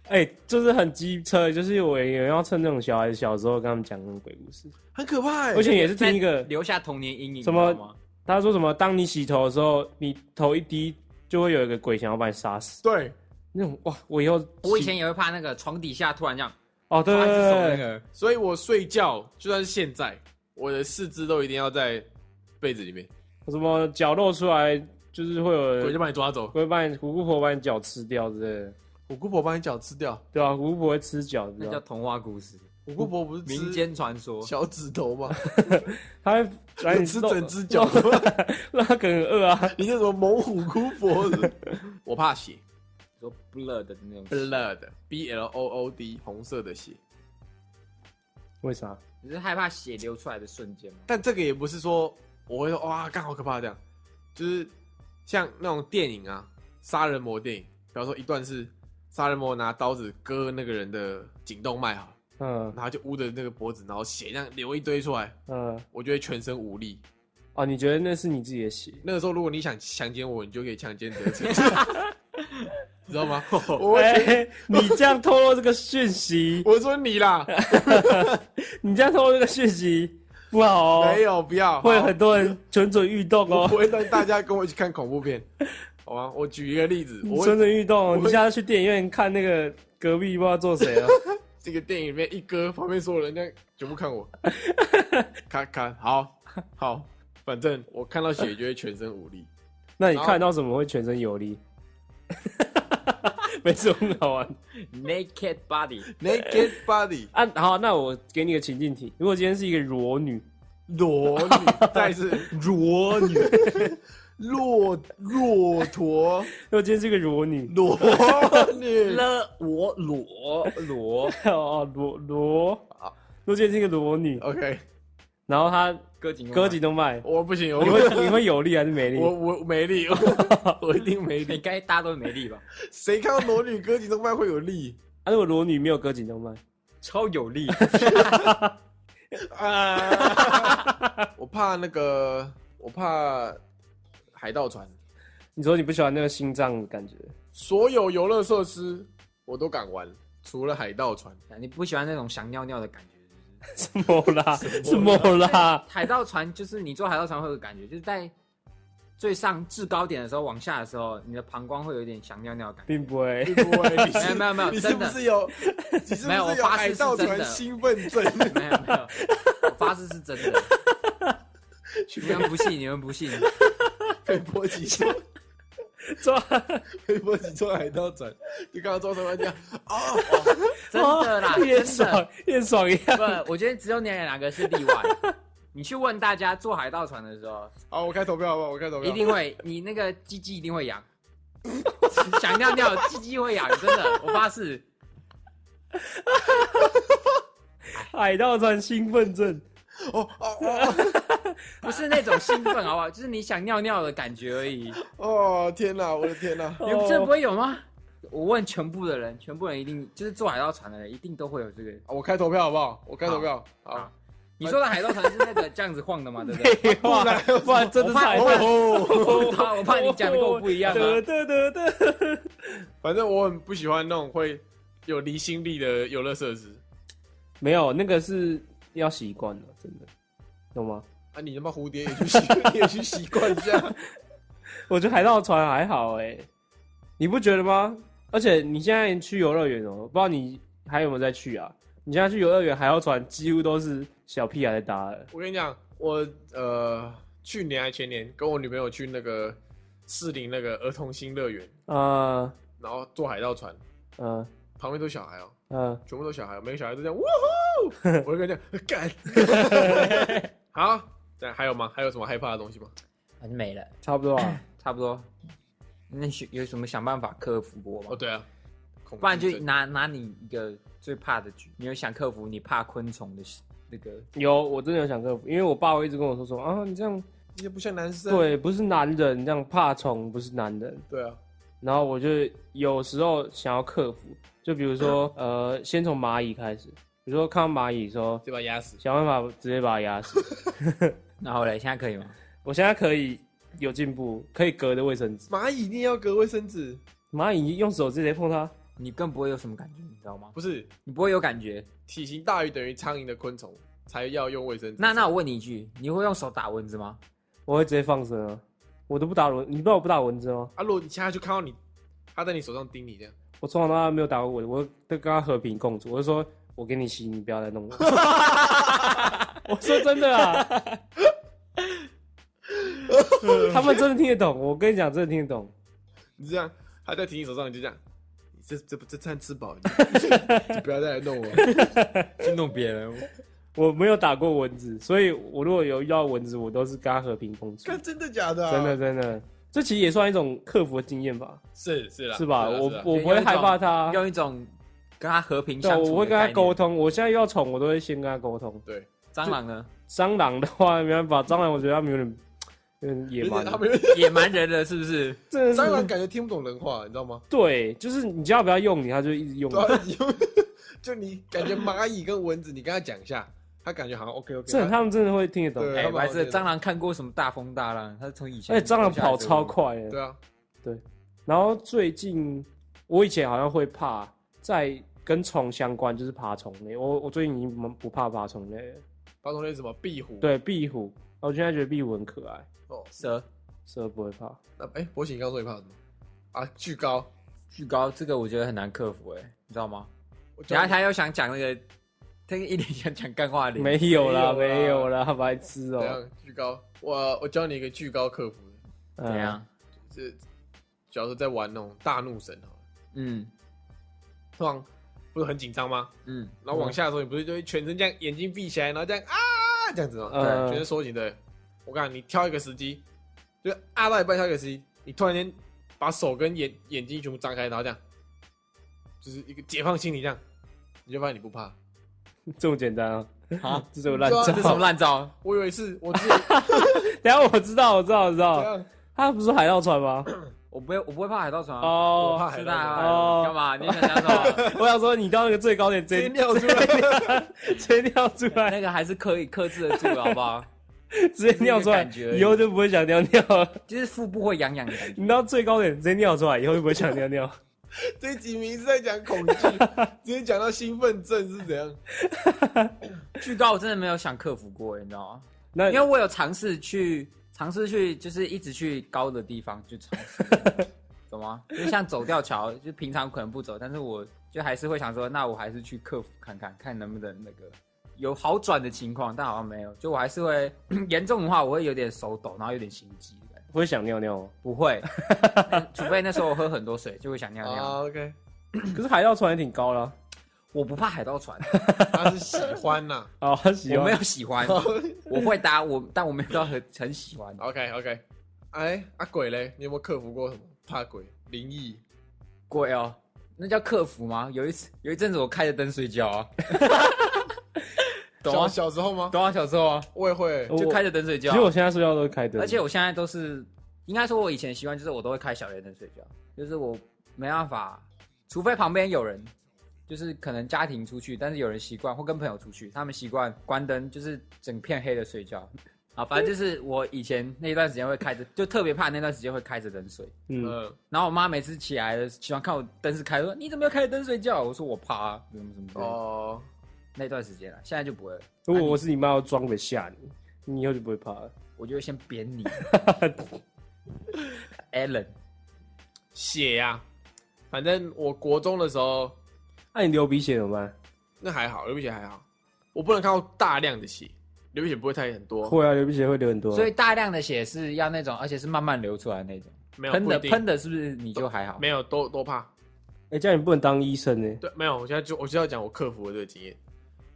哎、就是很机车，就是我也要趁这种小孩子小时候跟他们讲那种鬼故事。很可怕、欸。我以前也是听一个，留下童年阴影，什么你知道吗？他说什么，当你洗头的时候，你头一滴就会有一个鬼想要把你杀死。对，那种哇，我以后我以洗前也会怕那个床底下突然这样哦，对抓对一只手对那对，个，所以我睡觉就算是现在，我的四肢都一定要在被子里面，什么脚露出来，就是会鬼就有把你抓走，鬼把你虎姑婆把你脚吃掉之类的，我姑婆把你脚吃掉。对啊，虎姑婆会吃脚，那知叫道？童话故事，我姑婆不是吃民间传说。小指头吗？他会把你吃弄整只脚， (laughs) 那他可能很饿啊。你那什么猛虎姑婆？ (laughs) 我怕血说 blood 的那种， ，blood b l o o d 红色的血。为啥？你是害怕血流出来的瞬间吗？但这个也不是说我会说哇，干好可怕这样，就是像那种电影啊，杀人魔电影，比方说一段是杀人魔拿刀子割那个人的颈动脉哈，嗯然后就捂着那个脖子，然后血这样流一堆出来，嗯，我就会全身无力。哦，你觉得那是你自己的血？那个时候如果你想强奸我，你就可以强奸得 (laughs) 逞，知道吗？我会哎、觉得你这样透露这个讯息，我说你啦，你这样透露这个讯息不好哦，没有不要，会好很多人蠢蠢欲 (laughs) 动我哦不，会让大家跟我一起看恐怖片，好吗？我举一个例子，我会蠢蠢欲动我哦。会你下次去电影院看那个隔壁不知道做谁 (laughs) 啊了，这个电影里面一哥，旁边所有人家全部看我，咔咔，好好，反正我看到血就会全身无力。那你看到什么会全身有力？ (laughs) 没事，很好玩 Naked body， Naked body，啊。好，那我给你个情境题：如果今天是一个裸女，裸女，再是裸女，骆骆驼，如果今天是一个裸女， (laughs) 裸女，了我裸裸，哦，裸裸，啊如果今天是一个裸女， OK，然后她割颈割颈，动脉，我不行，我你会你会有力还是没力？我我没力，我我一定没啊 (laughs) 应力。该大家都没力吧？谁看到裸女割颈动脉会有力啊，如果裸女没有割颈动脉，超有力，啊？ (laughs) 我怕那个，我怕海盗船。你说你不喜欢那个心脏的感觉？所有游乐设施我都敢玩，除了海盗船。 (laughs) 你不喜欢那种想尿尿的感觉？是不是什么啦？什么啦？海盗船就是你坐海盗船会有感觉，就是在最上制高点的时候往下的时候，你的膀胱会有一点想尿尿的感觉。并不会。对不对？你 (laughs) 是没有没有没有你是真不的是有？你是不没有我有发誓海是盗真船的兴奋症？ (laughs) 没有没有，我发誓是真的。你们不信，你们不信，被波及说，抓被波及说海盗船，就刚刚周什么这样？哦，真的啦，越真的。爽越爽一样。不，我觉得只有你两个是例外。你去问大家坐海盗船的时候，好，我开投票好不好？我开投票。一定会，你那个鸡鸡一定会痒， (laughs) 想尿尿，鸡鸡会痒，真的，我发誓。海盗船兴奋症，哦哦哦不是那种兴奋，好不好？ (laughs) 就是你想尿尿的感觉而已。哦！天哪，我的天哪！哦你们真的不会有吗？我问全部的人，全部人一定就是坐海盗船的人，一定都会有这个。我开投票好不好？我开投票。好哦好，你说的海盗船是那个这样子晃的吗？对不 (laughs) 对？废话不然，不然真的是海盗。哦，我怕我怕你讲的跟我不一样啊。得得得得，反正我很不喜欢那种会有离心力的游乐设施。 (laughs) 没有那个是要习惯了，真的，懂吗？啊，你他妈蝴蝶也去习，你 (laughs) 也去习惯一下。我觉得海盗船还好哎、你不觉得吗？而且你现在去游乐园哦，不知道你还有没有再去啊？你现在去游乐园，海盗船几乎都是小屁孩在搭的。 (laughs) 我跟你讲，我呃去年还前年跟我女朋友去那个士林那个儿童新乐园，呃然后坐海盗船，呃旁边都小孩哦、呃，全部都小孩，哦每个小孩都这样，哇 (laughs) 呼！我就跟你讲，干。 (laughs) 好，那还有吗？还有什么害怕的东西吗？反正没了，差不多 (laughs) 啊。差不多。那你有什么想办法克服过吗哦，？对啊，恐惧症不然就拿拿你一个最怕的局，你有想克服你怕昆虫的那个？有，我真的有想克服，因为我爸会一直跟我说说啊，你这样你也不像男生。啊对，不是男人，这样怕虫不是男人。对啊，然后我就有时候想要克服，就比如说呃，先从蚂蚁开始，比如说看到蚂蚁说，这把压死。想办法直接把它压死。然后嘞，现在可以吗？我现在可以有进步，可以隔着卫生纸，蚂蚁一定要隔卫生纸，蚂蚁用手直接碰它，你更不会有什么感觉，你知道吗？不是你不会有感觉。体型大于等于苍蝇的昆虫才要用卫生纸。那那我问你一句，你会用手打蚊子吗？我会直接放生啊，我都不打蚊，你不知道我不打蚊子哦吗？啊，如果你现在就看到你，它在你手上叮你这样，我从小到大没有打过蚊，我都跟他和平共处，我就说我给你吸，你不要再弄我。 (laughs) 我说真的啊，他们真的听得懂，我跟你讲，真的听得懂。你这样，它在停你手上，你就这样，你这这这餐吃饱，你你不要再来弄我。去弄别人，我没有打过蚊子，所以我如果有遇到蚊子，我都是跟他和平共处看。真的假的、啊？真的真的，这其实也算一种克服的经验吧，是是啦，是啦吧？我啦我不会害怕它，用一种跟他和平对，相处。我会跟它沟。通。我现在遇到虫，我都会先跟它沟通。对，蟑螂呢？蟑螂的话没办法，蟑螂我觉得它们有点有点野蛮而且，他们野蛮人了是不是？真的蟑是螂感觉听不懂人话，你知道吗？对，就是你只要不要用你，它就一直用你对。啊，你就就你感觉蚂蚁跟蚊子，你跟他讲一下，他感觉好像 OK OK。这他们真的会听得懂，对哎、他我们还好像是蟑螂看过什么大风大浪，它从以前而且哎蟑螂留下来跑这个超快的。对啊，然后最近我以前好像会怕，在跟虫相关就是爬虫类，我我最近已经不怕爬虫类了。爬虫类是什么壁虎？对，壁虎，我现在觉得壁虎很可爱，哦，蛇蛇不会怕。那哎，博行，你刚说你怕什么？啊，巨高。巨高，这个我觉得很难克服、哎，你知道吗？我教然后你他又想讲那个，他一脸想讲干话的，没有啦，没没有有啦，白痴怎哦。样啊巨高？我我教你一个巨高克服的，怎怎？样？就是假如说在玩那种大怒神好了，嗯突然不是很紧张吗？ (laughs) 嗯，然后往下的时候，你不是就会全身这样眼睛闭起来，然后这样啊这样子吗？呃全身缩紧的。我告诉你，你挑一个时机，就是啊到一半挑一个时机，你突然间把手跟眼眼睛全部张开，然后这样，就是一个解放心理这样，你就发现你不怕。这么简单啊？好，这种烂对招啊这。什么烂招？我以为是我 (laughs) 自己这等一下我知道，我知道，我知道。样，他不是海盗船吗？我不会，我不会怕海盗船啊，我哦怕，海是盗的啊，船，哦干嘛？你想讲什 (laughs) 么？我想说你到那个最高点直接直接尿出来。直接尿出 (laughs) 来，那个还是可以克制得住的，好不好？ (laughs) (laughs) 直接尿出来就是一个感觉而，已以后就不会想尿尿了。就是腹部会痒痒的感觉。嗯你到最高点直接尿出来，以后就不会想尿 (laughs) 尿。这几名是在讲恐惧，直接讲到兴奋症 (laughs) 是怎样？巨高我真的没有想克服过，哎你知道吗？那因为我有尝试去尝试去，就是一直去高的地方去尝试，懂 (laughs) 吗？就像走吊桥，就平常可能不走，但是我就还是会想说，那我还是去克服看看，看能不能那个有好转的情况，但好像没有。就我还是会 (clears throat) 严重的话，我会有点手抖，然后有点心悸的感觉。会想尿尿吗？不会， (laughs) 除非那时候我喝很多水，就会想尿尿。哦啊，OK，可是海盗船也挺高了。我不怕海盗 (laughs) 船，他是喜欢 (laughs) 呐。哦，喜我欢啊没有喜 (laughs) 欢，我会搭我，但我没有到很很喜欢。 OK OK，哎，阿鬼嘞，你有没有克服过什么？怕鬼、灵异？鬼哦，那叫客服吗？有一次，有一阵子我开着灯睡觉啊， (laughs) 懂小啊，小时候吗？懂啊，小时候啊，我也会，我就开着灯睡觉其啊、实我现在睡觉都是开灯，而且我现在都是，应该说我以前习惯就是我都会开小夜灯睡觉，就是我没办法，除非旁边有人，就是可能家庭出去，但是有人习惯或跟朋友出去，他们习惯关灯，就是整片黑的睡觉。啊，反正就是我以前那段时间会开着，就特别怕那段时间会开着灯睡。嗯，嗯，然后我妈每次起来的，喜欢看我灯是开，说你怎么又开着灯睡觉？我说我怕、啊，什么什么之类的。哦，那段时间啊了，现在就不会了。如果我是你妈，我装鬼吓你，你以后就不会怕了。我就会先扁你 (laughs) ，Allen。血呀，反正我国中的时候，那你流鼻血怎么办？那还好，流鼻血还好，我不能看到大量的血，流鼻血不会太很多，会啊，流鼻血会流很多。所以大量的血是要那种，而且是慢慢流出来那种。没有喷的不一定喷的是不是你就还好？没有都都怕，哎，这样你不能当医生呢。 (laughs) 对，没有，我现在就我就要讲我克服的这个经验，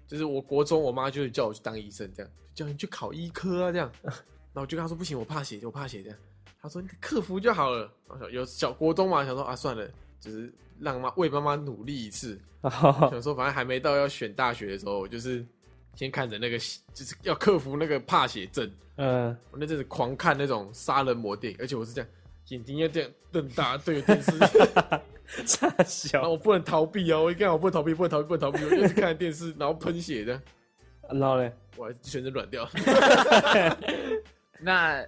就是我国中我妈就是叫我去当医生，这样叫你去考医科啊，这样，然后我就跟她说不行，我怕血，我怕血，这样，她说你克服就好了。然后小有小国中嘛，想说啊算了，就是让妈为妈妈努力一次，想说反正还没到要选大学的时候，我就是先看着那个就是要克服那个怕血症，嗯，我那阵子狂看那种杀人魔电影，而且我是这样眼睛要这样瞪大对着电视。傻然后小。我不能逃避哦，我一看我不能逃避，不能逃避，不能逃避，我就一直看电视， (laughs) 然后喷血的，然后嘞，我还全身软掉。那哎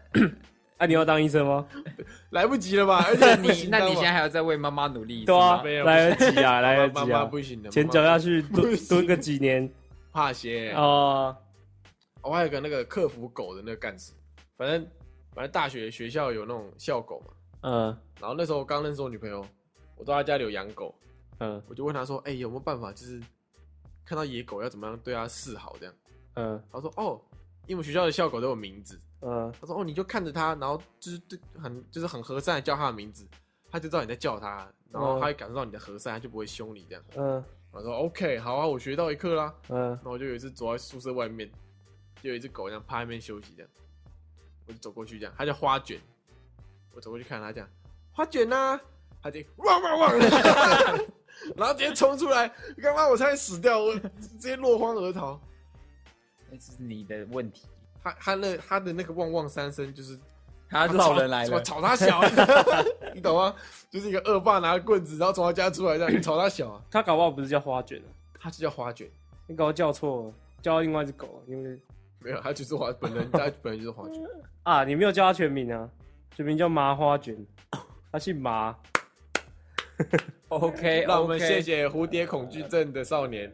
啊，你要当医 (laughs) 生吗？ (laughs) 来不及了吧？而且你 (laughs) 那你现在在还要再为妈妈努力一次对啊吗？，没有来得及啊，来得妈及妈啊，不行的，前脚脚下去 (laughs) 蹲不行蹲个几年怕血。哦，我还有个那个客服狗的那个干事，反正反正大学学校有那种校狗嘛，嗯然后那时候我刚认识我女朋友，我到她家里有养狗，嗯我就问她说，哎、有没有办法就是看到野狗要怎么样对它示好这样？嗯她说哦，因为我们学校的校狗都有名字，嗯，她说哦你就看着它，然后就是对很就是很和善的叫它的名字，它就知道你在叫它，然后它会感受到你的和善，它就不会凶你这样。嗯我说 OK 好啊，我学到一课啦。嗯然后我就有一次走在宿舍外面，就有一只狗这样趴在那边休息，这样，我就走过去这样，它叫花卷，我走过去看它这样，花卷呐、它就汪汪汪， (laughs) 然后直接冲出来，刚刚我差点死掉，我直接落荒而逃。那是你的问题。它它那它的那个汪汪三声就是他老人来我了，啊吵他 (laughs) 小，你懂吗？就是一个恶霸拿棍子，然后从他家出来这 (laughs) 样，你吵他小、啊，他搞不好不是叫花卷啊，它就叫花卷，你搞不好叫错了，叫另外一只狗，因为没有，它就是花，本人它本人就是 (laughs) 花卷。啊，你没有叫他全名啊，全名叫麻花卷，他姓麻。哎 (laughs) OK，让我们谢。谢蝴蝶恐惧症的少 (laughs) 年。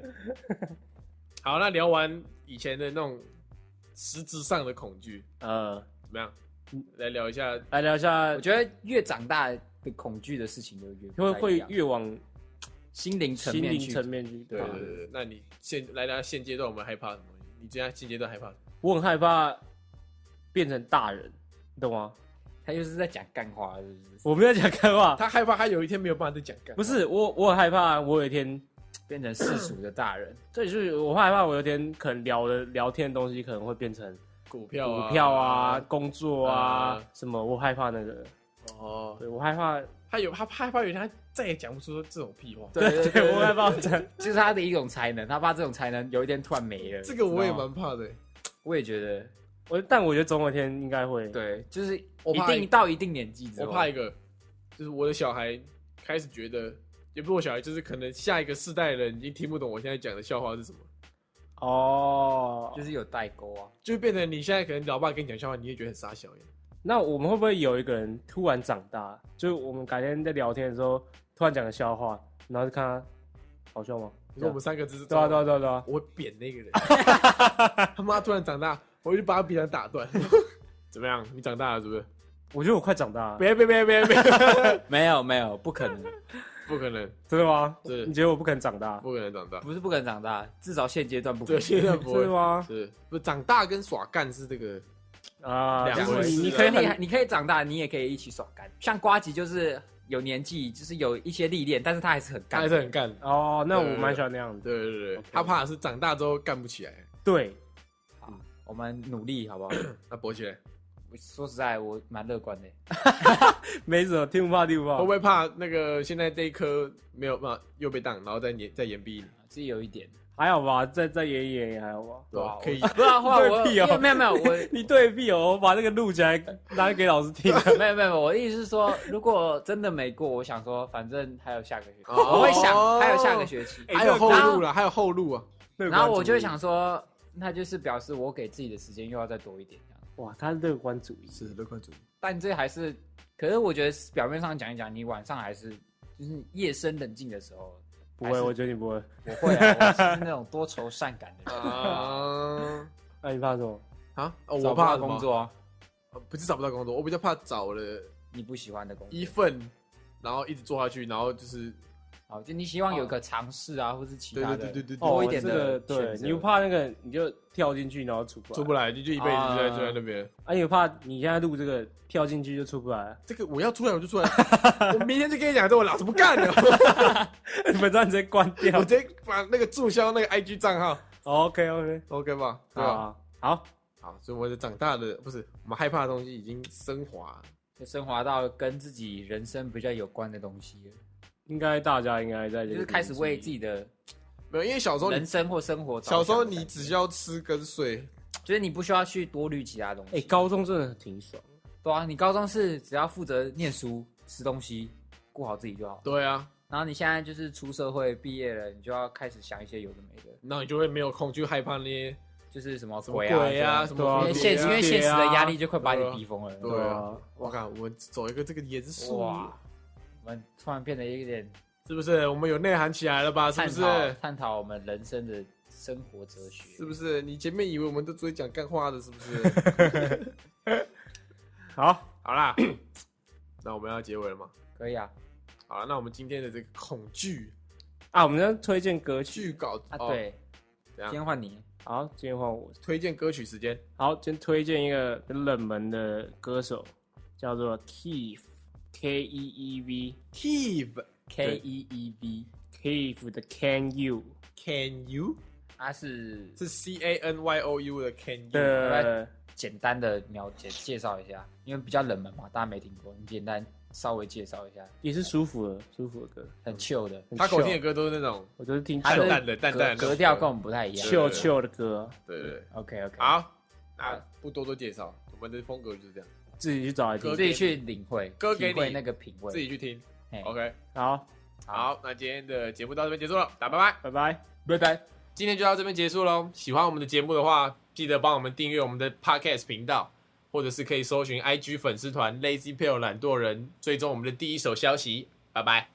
好，那聊完以前的那种实质上的恐惧，呃，怎么样？来聊一下来聊一下我，觉得越长大的恐惧的事情就越不会太一会样越往心灵层心面灵去层面去，对对吧？对对对，呃那你现来聊现阶段我们害怕什么东西？你现在现阶段害怕什么？我很害怕变成大人，你懂吗？他就是在讲干话，是不是？我没有讲开话，他害怕他有一天没有办法再讲干不是我，我很害怕，我有一天，变成世俗的大人，这就是我害怕，我有一天可能聊的聊天的东西可能会变成股票啊，股票啊、，工作啊啊什么，我害怕那个，哦，对我害怕，他有他害怕有一天他再也讲不出这种屁话。对对对我害怕这样，就是他的一种才能，他怕这种才能有一天突然没了。这个我也知道蛮吗，怕的欸，我也觉得，我但我觉得总有一天应该会，对，就是我一怕定到一定年纪之我后，怕一个，就是我的小孩开始觉得，也不是我小孩，就是可能下一个世代的人已经听不懂我现在讲的笑话是什么。哦，就是有代沟啊。就变成你现在可能老爸跟你讲笑话，你也觉得很傻笑耶。那我们会不会有一个人突然长大？就是我们改天在聊天的时候，突然讲个笑话，然后就看他好笑吗？你说我们三个只是对啊对啊对啊对啊！我会扁那 (laughs) 个人，他妈突然长大，我就把他鼻梁打断。 (laughs) 怎么样？你长大了是不是？我觉得我快长大了，别别别别别！ (laughs) 没有没有，不可能， (laughs) 不可能，真的吗？是你觉得我不可能长大？不可能长大。 (laughs) 不是不可能长大，至少现阶段不可对，能。现在 (laughs) 不真的会。吗？是不是长大跟耍干是这个？啊，两就是回事你你啊可以 (laughs) 你很你可以长大，你也可以一起耍干。像瓜吉就是有年纪，就是有一些历练，但是他还是很他干还。是很干。哦，那对我对蛮喜欢那样的。对对对对 OK，他怕的是长大之后干不起来。对，好我们努力好不好？那博起来我说实在，我蛮乐观的。没什么，听不怕听不哦会不怕。会怕那个现在这一科没有办法又被当，然后再延再延毕你？自己有一点，还好吧，再再演一演也还好吧。对吧哇可 (laughs) 以我哎不然的话我对屁哦因为没有没有我你对必有，我把那个录起来拿给老师听。 (laughs) 没有没有，我的意思是说，如果真的没过，我想说，反正还有下个学期，哦我会想还有下个学期，哎还有后然后路了，还有后路啊！乐观然后我主义就会想，说，那就是表示我给自己的时间又要再多一点这样。哇，他乐观主义。乐观主义。但这还是，可是我觉得表面上讲一讲，你晚上还是就是夜深人静的时候，不还会，是我觉得你不会。我会啊，我是那种多愁善感的人。啊那你怕什么？ (laughs) 啊！ (laughs) 哦找我不怕到什么工，作，呃不是找不到工作，我比较怕找了你不喜欢的工一作，份，然后一直做下去，然后就是好，就你希望有个尝试啊，或是其对他对的。对对对多对，一点哦这个的对，选择你不怕那个，你就跳进去，然后出不来。出不来。来，你就一辈子就在啊就在那边。啊，你怕你现在录这个跳进去就出不来？ (laughs) 这个我要出来我就 (laughs) 出来，我明天就跟你讲，这我老子不干了， (laughs) 本账直接关我掉。直接把那个注销那个 IG 账号 OK OK， ，OK 吧？对啊吧？好好，好，所以我的长大的不是我们害怕的东西已经升华，就升华到跟自己人生比较有关的东西了，应该大家应该在这就个是开始为自己的没有，因为小时候人你生或生活着想小的感觉。时候你只需要吃跟睡，就是你不需要去多虑其他东西。哎、高中真的挺爽。对啊，你高中是只要负责念书、吃东西、顾好自己就好。对啊，然后你现在就是出社会毕业了，你就要开始想一些有的没的。那你就会没有空去害怕那些就是什么什么鬼啊鬼啊，这什样么对蝴因为啊蝶现实，因为现实的压力就快把对啊你逼疯了。对对啊啊，我靠，我们走一个这个严肃，哇，我们突然变得有点是不是？我们有内涵起来了吧？是探不讨是？探讨我们人生的生活哲学，是不是？你前面以为我们都只会讲干话的，是不 (laughs) 是？好，好啦，那我们要结尾了吗？可以啊？好啦，那我们今天的这个恐惧啊，我们要推荐歌曲。剧稿啊，哦，对，怎今样天换你，好，今天换我。推荐歌曲时间。好，先推荐一个很冷门的歌手，叫做 Keeve，K E E V，Keeve Keeve, K E E V，的 Can You can you 它啊是是 C A N Y O U 的 can you 的简单的描介介绍一下，因为比较冷门嘛，大家没听过，你简单稍微介绍一下，也是舒服的，舒服的歌。很 chill 的，嗯很他口 chill 听的歌都是那种我都是听淡 chill 淡的、淡淡的那格种格调跟我们不太一样。对 chill chill 的歌，对对对。 OK OK，，好，那不多做介绍，我们的风格就是这样，自己去找来歌听你。自己去领会，歌给你体会那个品味。自己去哦听。嘿 OK，好，好，那今天的节目到这边结束了，打拜拜。拜拜。拜拜。今天就到这边结束喽。喜欢我们的节目的话，记得帮我们订阅我们的 Podcast 频道，或者是可以搜寻 IG 粉丝团 Lazy p a l e 懒惰人，追踪我们的第一手消息。拜拜。